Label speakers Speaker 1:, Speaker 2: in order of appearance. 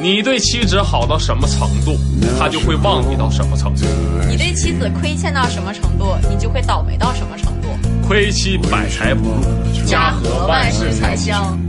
Speaker 1: 你对妻子好到什么程度，他就会忘你到什么程度。
Speaker 2: 你对妻子亏欠到什么程度，你就会倒霉到什么程度。
Speaker 1: 亏妻百财不入，
Speaker 2: 家和万事才香。